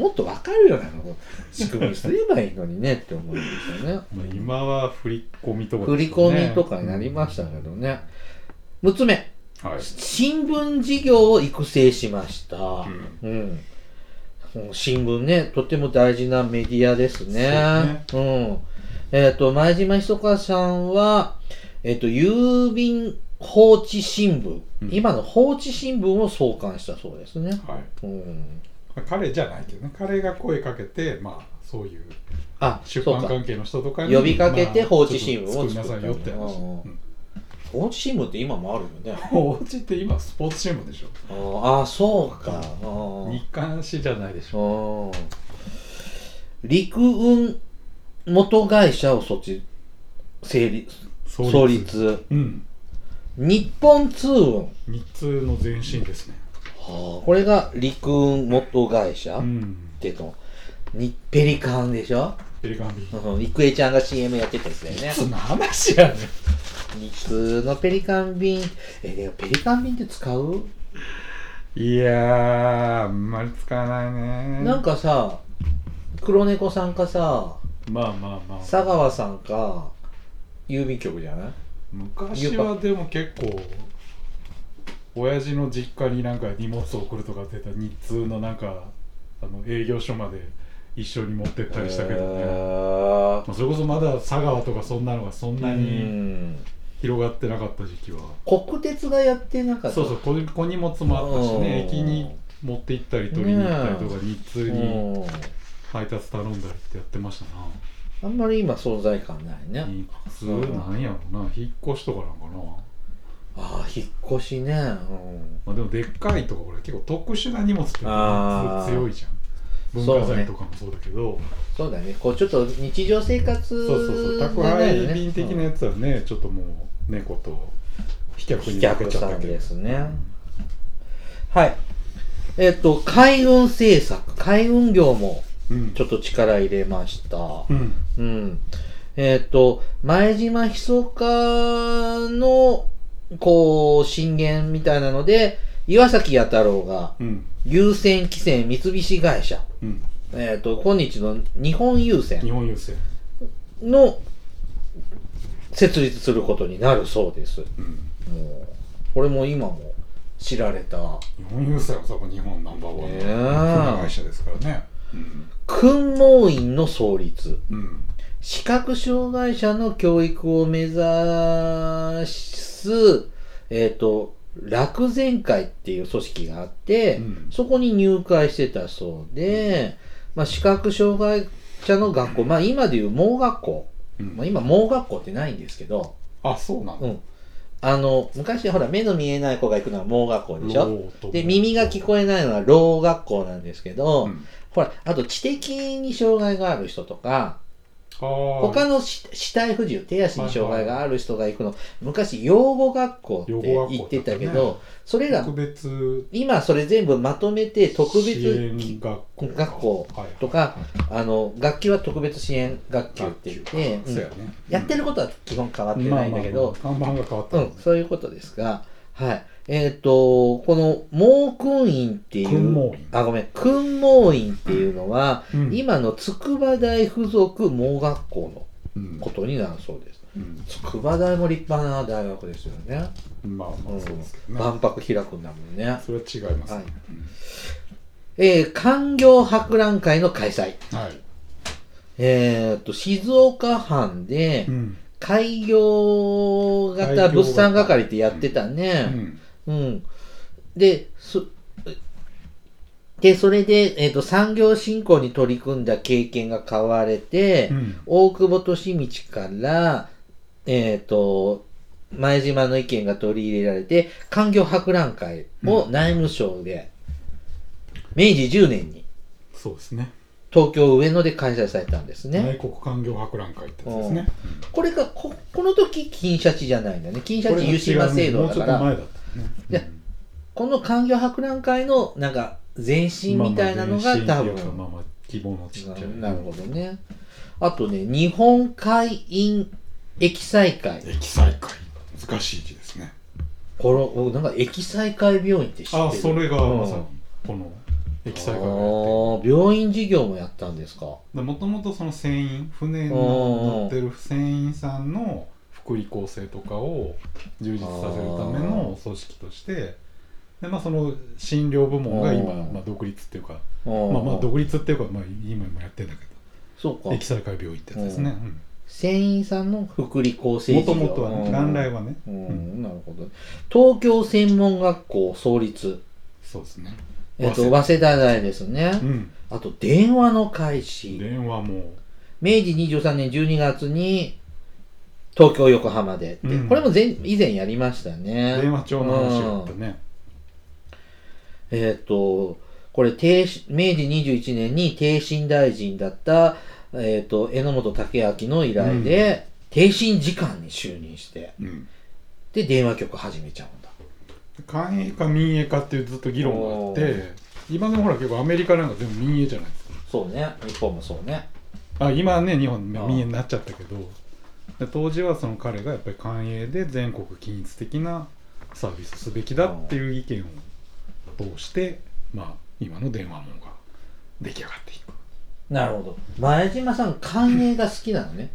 A: もっとわかるようなの仕組みすればいいのにねって思うんですよね。
B: まあ今は振り込みとか
A: 振
B: で
A: り
B: すよね
A: 込みとかになりましたけどね。6つ目、
B: はい、
A: 新聞事業を育成しました。
B: うん
A: うん。うん新聞ね、とても大事なメディアですね。う
B: そ
A: ん。えっ、と、前島ひそかさんは、えっ、と、郵便放置新聞、
B: うん
A: 今の放置新聞を創刊したそうですね。
B: は
A: う
B: い
A: ん。
B: まあ彼じゃないけどね彼が声かけてまあそういう
A: あ、
B: 出
A: そう
B: 版
A: か。
B: 関係の人とかに
A: 呼びかけて
B: まあ
A: 放置新聞を
B: ちょっと作りな
A: 作
B: さ
A: っ
B: い
A: た
B: よって話、
A: うん
B: うん
A: 放置新聞って今もあるよね。
B: 放置って今スポーツ新聞でしょ
A: あーあー、そうか。あー
B: 日刊誌じゃないでしょ
A: ああ陸運元会社を措置成立
B: 創
A: 創立
B: うん
A: 日本通運
B: 3つの前身ですね
A: これが陸運元会社、
B: う
A: っ
B: ん
A: てとにペリカンでしょ
B: ペリカンビー
A: うん郁恵ちゃんが CM やってたやつだよ ね
B: いつの話やねん
A: 日通のペリカン便えでもペリカン便って使う、
B: いやーあんまり使わないね
A: なんかさ黒猫さんかさ
B: まあまあまあ
A: 佐川さんか郵便局じゃない
B: 昔はでも結構親父の実家になんか荷物を送るとかって言った日通のなんかあの営業所まで一緒に持ってったりしたけどね、
A: えー
B: まあ、それこそまだ佐川とかそんなのがそんな
A: う
B: に
A: ん
B: 広がってなかった時期は、
A: 国鉄がやってなかった
B: そうそう小小荷物もあったしね
A: うん
B: 駅に持って行ったり取りに行ったりとか日通に
A: うん
B: 配達頼んだりってやってましたな、
A: あんまり今存在感ないね、
B: 日通なんやろな引っ越しとかなんかな
A: ああ引っ越しね、うん
B: まあ、でもでっかいとか俺結構特殊な荷物って
A: あー
B: 強いじゃん文
A: そうね
B: 化財とかもそうだけど
A: そうだねこうちょっと日常生
B: そう,、
A: 活
B: そうそう宅
A: じゃないよ
B: 配便的なやつはね、ちょっともう猫と飛脚に負けちゃった
A: 飛脚さん
B: けど
A: ですねはいえっ、と海運政策海運業も
B: うん
A: ちょっと力入れました
B: うん
A: うん。えっ、と、前島ひそかの、こう、進言みたいなので、岩崎弥太郎が、
B: うん
A: 優先規制三菱会社、
B: うん
A: えっ、と、今日の日本優
B: 日
A: 先
B: 本郵政、
A: の設立することになるそうです。
B: うん、
A: もう、これも今も知られた、
B: 日本郵政はそこ日本ナンバーワン
A: ね
B: の
A: え
B: 船会社ですからねうん、
A: 訓蒙院の創立。
B: うん、
A: 視覚障害者の教育を目指す、えっ、と、楽善会っていう組織があって、
B: うん
A: そこに入会してたそうで、まあ、視覚障害者の学校、まあ今でいう盲学校、
B: うん
A: まあ、今盲学校ってないんですけど、
B: あそうなん
A: う
B: だ、
A: ん。あの、昔ほら目の見えない子が行くのは盲学校でしょで、耳が聞こえないのは盲学校なんですけ
B: え
A: ど、
B: うん、
A: ほら、あと知的に障害がある人とか、
B: 他
A: 他のし死体不自由手足に障害がある人が行くの昔養護学校って言ってたけ
B: 養護学校だった
A: ど
B: ね
A: それら
B: 特別
A: 今それ全部まとめて特
B: 支
A: 別
B: 援学校か
A: 学校
B: はい
A: とかあの学級は特別支援学級って言って、うん
B: そうやね
A: やってることは基本変わってないんだけど、
B: まあまあまあ看板が変わった
A: うん、そういうことですが、はい。えっ、と、この、盲訓院っていう、
B: 訓盲院
A: あ、ごめん、訓盲院っていうのは、
B: うん
A: 今の筑波大附属盲学校の
B: うん
A: ことになるそうです。
B: うん
A: 筑波大も立派な大学ですよね。
B: まあ
A: う
B: ま
A: ん
B: あそうですけどね
A: 万博開くんだもんね。
B: それは違いますね
A: はいえー、官業博覧会の開催。
B: うんはい
A: えっ、と、静岡藩で
B: う、ん
A: 開業型物産係ってやってたね。
B: う
A: う
B: ん
A: ん。で、そ、で、それで、えっ、と、産業振興に取り組んだ経験が買われて、
B: うん
A: 大久保利道から、えっ、と、前島の意見が取り入れられて、官業博覧会を内務省で、明治10年に
B: そうですね
A: 東京上野で開催されたんですね。
B: 内国官業博覧会ってやつですね
A: これがこ、この時、金シャチじゃないんだよね。金シャチ湯島制度だか
B: これ
A: ら。
B: が違うねもうちょっと前だったね
A: いやこの官業博覧会のなんか前
B: う
A: 身
B: ん
A: みたいなのが
B: ま
A: 多
B: あまあ
A: 分
B: 前進っていうかまあまあ規模のちっちゃい
A: ななるほどねあとね日本海員駅祭会
B: 駅再開難しい字ですね
A: このおなんか駅祭会病院って知ってる
B: あそれがまさ
A: う
B: に
A: ん
B: この駅再開
A: あ
B: がやってる
A: ー病院事業もやったんですか
B: もともとその船員船の乗ってる船員さんの福利厚生とかを充実させるための組織としてでまあその診療部門が今、
A: うん
B: まあ、独立っていうか
A: うん
B: まあまあ独立っていうか、まあ、今もやってんだけ
A: そうか
B: どエキサイ会病院ってやつですね
A: 船員さんの福利厚生
B: も
A: 事業
B: ともとは
A: う
B: ね
A: ん
B: 元来はね
A: うん、
B: うん
A: なるほど東京専門学校創立
B: そうですね
A: えっと
B: 早
A: 早稲田大ですね、
B: うん
A: あと電話の開始
B: 電話も
A: 明治23年12月に東京横浜でって、
B: うん
A: これも前以前やりましたね
B: 電話帳の話があったね
A: えっ、と、これ、定明治21年に定身大臣だった、えっ、と、榎本武明の依頼で、定身次官に就任して、
B: うん
A: で、電話局始めちゃうんだ。
B: 官営か民営かっていうずっと議論があっ
A: お
B: て今でもほら結構アメリカなんか全部民営じゃないですか
A: そうね、日本もそうね。
B: あ今はね日本
A: ああ
B: 民営になっちゃったけどで当時はその彼がやっぱり官営で全国均一的なサービスをすべきだっていう意見を通してまあ今の電話網が出来上がっていく
A: なるほど。前島さん、官営が好きなの ね。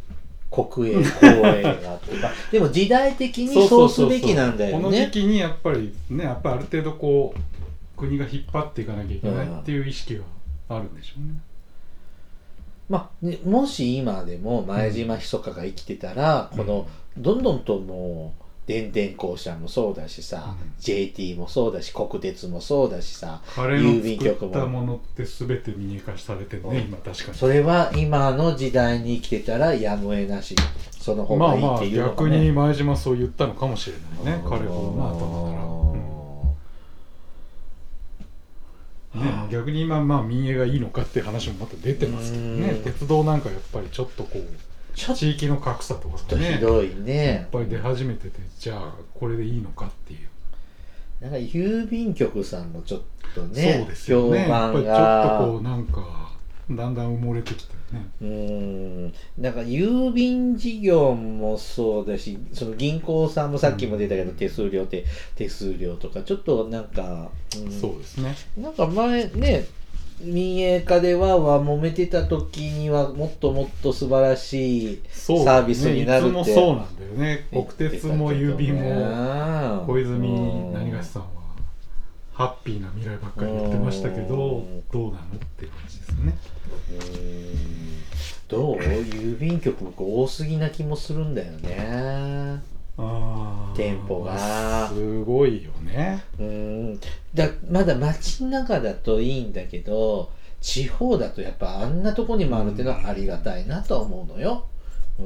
A: 国営、公営があってまあでも時代的にそうすべきなんだよ
B: この時
A: ね。
B: 期にやっぱりねやっぱある程度こう国が引っ張っていかなきゃいけないっていう意識があるんでしょうね、
A: まあね、もし今でも前島ひそかが生きてたら、このどんどんともう電電公社もそうだしさ、
B: うん
A: JT もそうだし国鉄もそうだしさ
B: 彼の作ったものって全て民営化されてるね、
A: うん
B: 今確かに
A: それは今の時代に生きてたらやむを得なしその方
B: ま
A: が
B: あ
A: いい
B: ま
A: っ
B: あ
A: ていうの
B: 逆
A: が、
B: に
A: ね
B: 前島そう言ったのかもしれないね
A: うん
B: 彼がまあ頭なら、うん
A: はあ
B: ね、逆に今まあ民営がいいのかっていう話もまた出てますけどね
A: うん
B: 鉄道なんかやっぱりちょっとこ
A: ちょ
B: う
A: っ
B: 地域の格差とか
A: と
B: がね
A: ひどい
B: や
A: ね
B: っぱり出始めててじゃあこれでいいのかっていう
A: なんか郵便局さんもちょっとね
B: そうですよね。
A: 評
B: やっ
A: 判
B: ぱりちょっと
A: が
B: こうなんかだんだん埋もれてきてね。
A: うーんなんか郵便事業もそうだし、その銀行さんもさっきも出たけど、
B: うん
A: 手数料って、手数料とか、ちょっとなんか、うん
B: そうですね。
A: なんか前ね、民営化でわーわー揉めてた時には、もっともっと素晴らしい
B: そうね
A: サービスになるって
B: いつもそうなんだよね。国鉄も郵便も
A: も
B: 小泉何がしさんはハッピーな未来ばっかり言ってましたけ
A: う
B: ど
A: ん
B: どうなのっていう感じですね。
A: どう郵便局僕多すぎな気もするんだよね。
B: あー
A: 店舗が
B: まあすごいよね。
A: うーんだまだ街の中だといいんだけど地方だとやっぱあんなとこにもあるっていうのはありがたいなとは思うのよう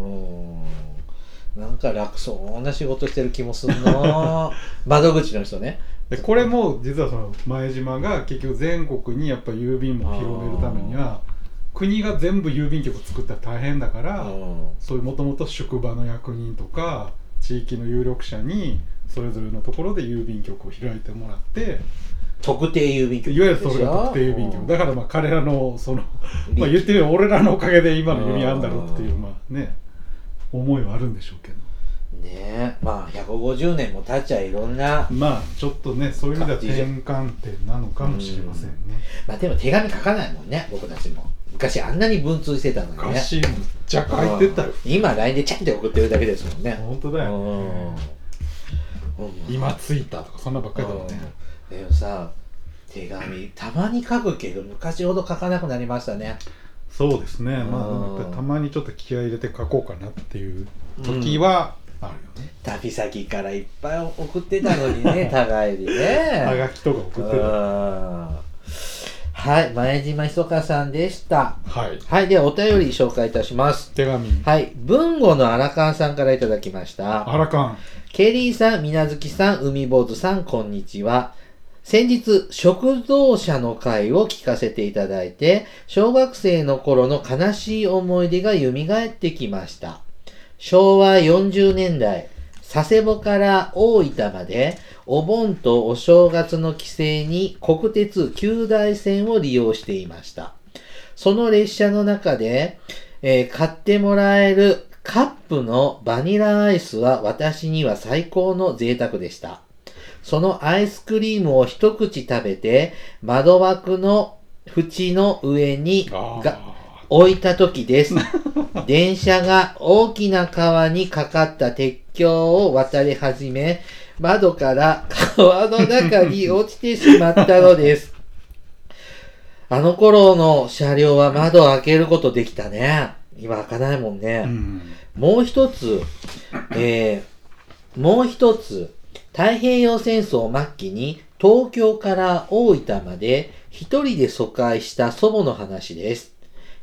A: ーんなんか楽そうな仕事してる気もする な窓口の人ね
B: でこれも実はその前島が結局全国にやっぱ郵便も広めるためには国が全部郵便局を作ったら大変だから。
A: うん
B: そういうもともと宿場の役人とか地域の有力者にそれぞれのところで郵便局を開いてもらって
A: 特定郵便
B: いわ
A: 局
B: ゆるそれが特定郵便
A: う
B: 局
A: ん
B: だからまあ彼らのその
A: 利益
B: まあ言ってみれば俺らのおかげで今の弓あんだろうっていうまあね思いはあるんでしょうけど
A: ねえまあ150年も経っちゃいろんな
B: まあちょっとねそういう意味では転換点なのかもしれませんね
A: まあでも手紙書かないもんね僕たちも昔あんなに文通してたのにね
B: 昔むっちゃ書いてたよ
A: うん今 LINE でチャンって送ってるだけですもんね
B: 本当だよね
A: うんうん
B: 今着いたとかそんなばっかりだもんね
A: でもさ手紙たまに書くけど昔ほど書かなくなりましたね
B: そうですね、まあ、で
A: うん
B: もやっぱりたまにちょっと気合い入れて書こうかなっていう時はあるよね。
A: 旅先からいっぱい送ってたのにね互いにね
B: はがきとか送ってた。
A: うんはい前島ひそかさんでした
B: はい。
A: はいではお便り紹介いたします
B: 手紙。
A: はい文吾の荒川さんからいただきました
B: あらかん。
A: ケリーさん、みなずきさん、海坊主さん、こんにちは。先日、食堂車の会を聞かせていただいて、小学生の頃の悲しい思い出が蘇ってきました。昭和40年代、佐世保から大分まで、お盆とお正月の帰省に国鉄九大線を利用していました。その列車の中で、えー買ってもらえるカップのバニラアイスは私には最高の贅沢でした。そのアイスクリームを一口食べて、窓枠の縁の上に
B: あ
A: が
B: あ。
A: 置いた時です。電車が大きな川にかかった鉄橋を渡り始め、窓から川の中に落ちてしまったのです。あの頃の車両は窓を開けることできたね。今開かないもんね。
B: うん
A: もう一つ、えーもう一つ、太平洋戦争末期に東京から大分まで一人で疎開した祖母の話です。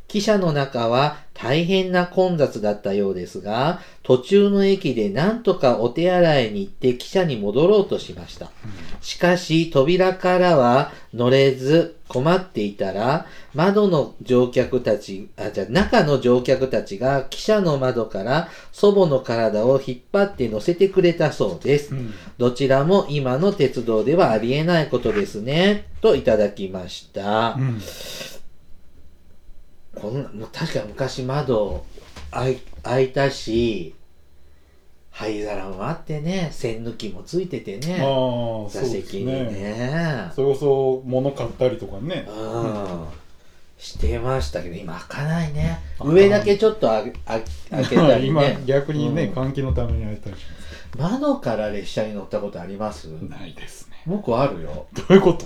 A: 汽車の中は大変な混雑だったようですが、途中の駅で何とかお手洗いに行って汽車に戻ろうとしました。しかし、扉からは乗れず困っていたら、窓の乗客たち、あ、じゃあ、中の乗客たちが汽車の窓から祖母の体を引っ張って乗せてくれたそうです
B: う。ん
A: どちらも今の鉄道ではありえないことですね。といただきました
B: う。ん
A: こんな、もう確か昔窓開い開いたし、灰皿もあってね、栓抜きもついてて
B: ああ
A: ね、
B: そう
A: 座
B: で
A: 席
B: す
A: に
B: ね
A: ね
B: それこそ物買ったりとかね
A: うんしてましたけど今開かないね
B: 開かない
A: 上だけちょっとああ開けたり
B: 今
A: ね
B: 逆にね、
A: うん
B: 換気のために開いたりします
A: 窓から列車に乗ったことあります
B: ないですね
A: 僕あるよ
B: どういうこと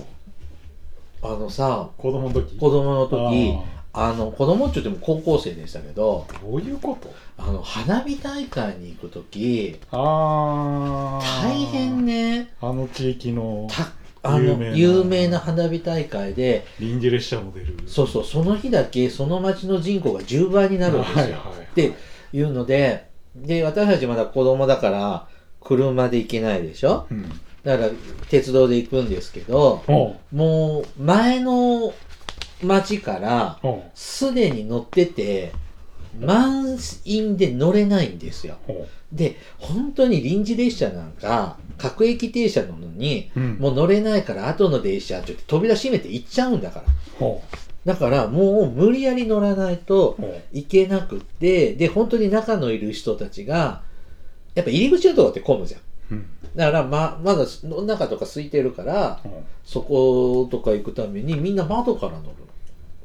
A: あのさ
B: 子供の時
A: 子供の時
B: あ
A: あの子供っちゅうても高校生でしたけど
B: あどういうこと
A: あの花火大会に行く時
B: ああ
A: 大変ね
B: あの地域の
A: たあの
B: 有
A: 有
B: 名
A: 名
B: な
A: な花火大会で
B: 臨時列車も出る
A: そうそうその日だけその町の人口が10倍になるんですよ、
B: はいはいは
A: っ
B: い
A: ていうので、で、私たちまだ子供だから、車で行けないでしょ
B: うん
A: だから、鉄道で行くんですけど、
B: おう
A: もう、前の町から、
B: おう
A: すでに乗ってて、満員で乗れないんですよ。
B: おう
A: で、本当に臨時列車なんか、各駅停車なのに、
B: うん
A: もう乗れないから後の電車って言って扉閉めて行っちゃうんだから。
B: おう
A: だからもう無理やり乗らないと
B: おう
A: いけなくって、で、本当に中のいる人たちが、やっぱ入り口のとこって混むじゃん。
B: うん
A: だからま、まだの中とか空いてるから、
B: おう
A: そことか行くためにみんな窓から乗る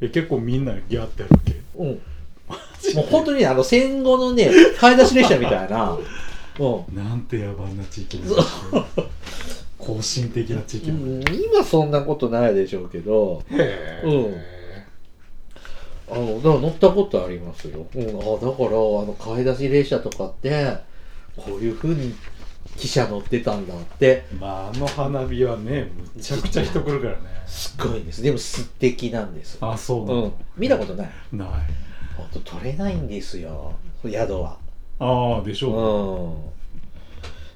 B: え結構みんなギャーってやるっけ
A: の。うん。もう本当にねあの戦後のね、買い出し列車みたいな。うん。
B: なんて野蛮な地域なんだ 後進的な地域
A: う
B: なんだ
A: ん今そんなことないでしょうけど、
B: へえ
A: あの、だから乗ったことありますよ。うん、あだから、あの、買い出し列車とかって、こういう風に汽車乗ってたんだって、
B: まああの花火はねむちゃくちゃ人来るからね
A: すっごいです。でも素敵なんです。
B: あそうな
A: うん
B: の、、
A: 見たことない。
B: ない
A: ほんと取れないんですよ、宿は。
B: ああでし
A: う
B: ょ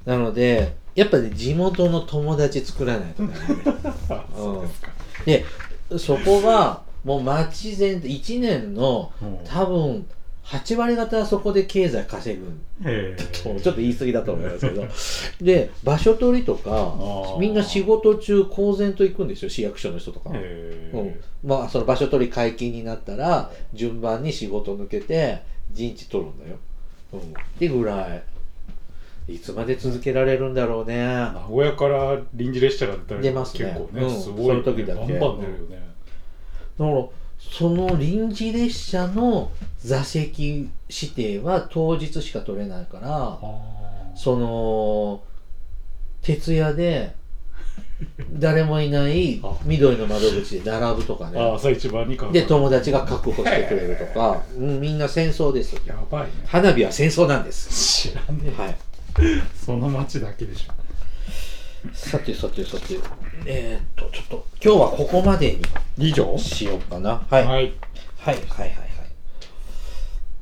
A: ん。なので、やっぱね、地元の友達作らないと ダメで
B: う、あそうです
A: す。
B: か、
A: そこは、もう町全体、1年の
B: うん、へ
A: 多分、8割方はそこで経済稼ぐん
B: え
A: ちょっと言い過ぎだと思いますけど。で、場所取りとか
B: ー、
A: みんな仕事中公然と行くんですよ、市役所の人とか。
B: へえ、
A: うん、まあ、その場所取り解禁になったら、順番に仕事抜けて、陣地取るんだよ。うん。ってぐらい。いつまで続けられるんだろうね。
B: 名古屋から臨時列車が出たら
A: 出ますね
B: 結構ね、
A: うん
B: すごい、ね
A: その時だけ
B: バンバン出るよね、
A: だからその臨時列車の座席指定は当日しか取れないから、
B: あ
A: その徹夜で誰もいない
B: あ
A: 緑の窓口で並ぶとか
B: ーあー
A: ね
B: 朝一番に買う
A: で友達が確保してくれるとか、うん、みんな戦争です
B: やばいね
A: 花火は戦争なんです
B: 知らねえ、
A: はい
B: その町だけでしょ
A: さてさてさてえー、っとちょっと今日はここまでに
B: 以上
A: しようかなはいはい
B: はい、
A: はいはいはい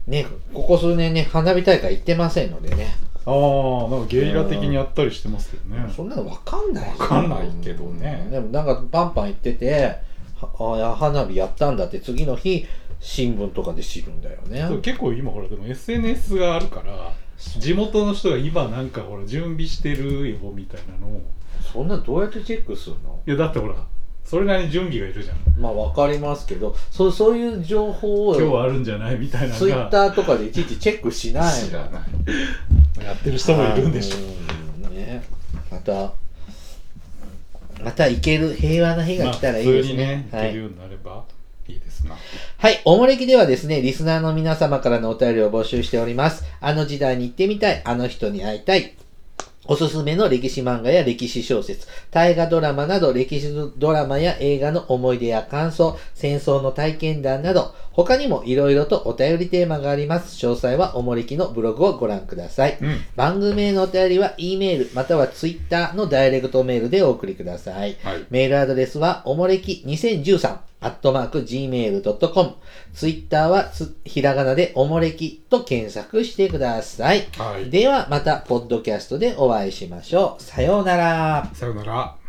A: ねここ数年ね花火大会行ってませんのでね
B: ああなんかゲリラ的にやったりしてますけどね
A: そんなのわかんないわ
B: わかんないけどね
A: でもなんかパンパン言っててはあ花火やったんだって次の日新聞とかで知るんだよね
B: そう結構今ほらでも SNS があるから地元の人が今なんかほら準備してるよみたいなのを
A: そんなどうやってチェックするの
B: いやだってほらそれなりに準備がいるじゃん
A: まあわかりますけどそうそういう情報を
B: 今日はあるんじゃないみたいな
A: ツイ
B: の
A: ッ
B: が
A: ターとかでいちいちチェックしないの
B: 知らないやってる人もいるんでしょ
A: あのーねまたまた行ける平和な日
B: ま
A: が
B: あ
A: 来
B: 普
A: たらいいで
B: 通
A: す
B: に
A: ね
B: ね、行
A: は
B: け
A: い
B: るようになればいいですな
A: はい、おもれきではですね、リスナーの皆様からのお便りを募集しております。あの時代に行ってみたい、あの人に会いたい。おすすめの歴史漫画や歴史小説、大河ドラマなど歴史ドラマや映画の思い出や感想、戦争の体験談など、他にも色々とお便りテーマがあります。詳細はおもれきのブログをご覧ください。
B: うん
A: 番組へのお便りは E メールまたは Twitter のダイレクトメールでお送りください。
B: はい
A: メールアドレスはおもれき2013アットマーク gmail.com ツイッターはつひらがなでおもれきと検索してください。
B: はい
A: ではまたポッドキャストでお会いしましょう。さようなら。
B: さよなら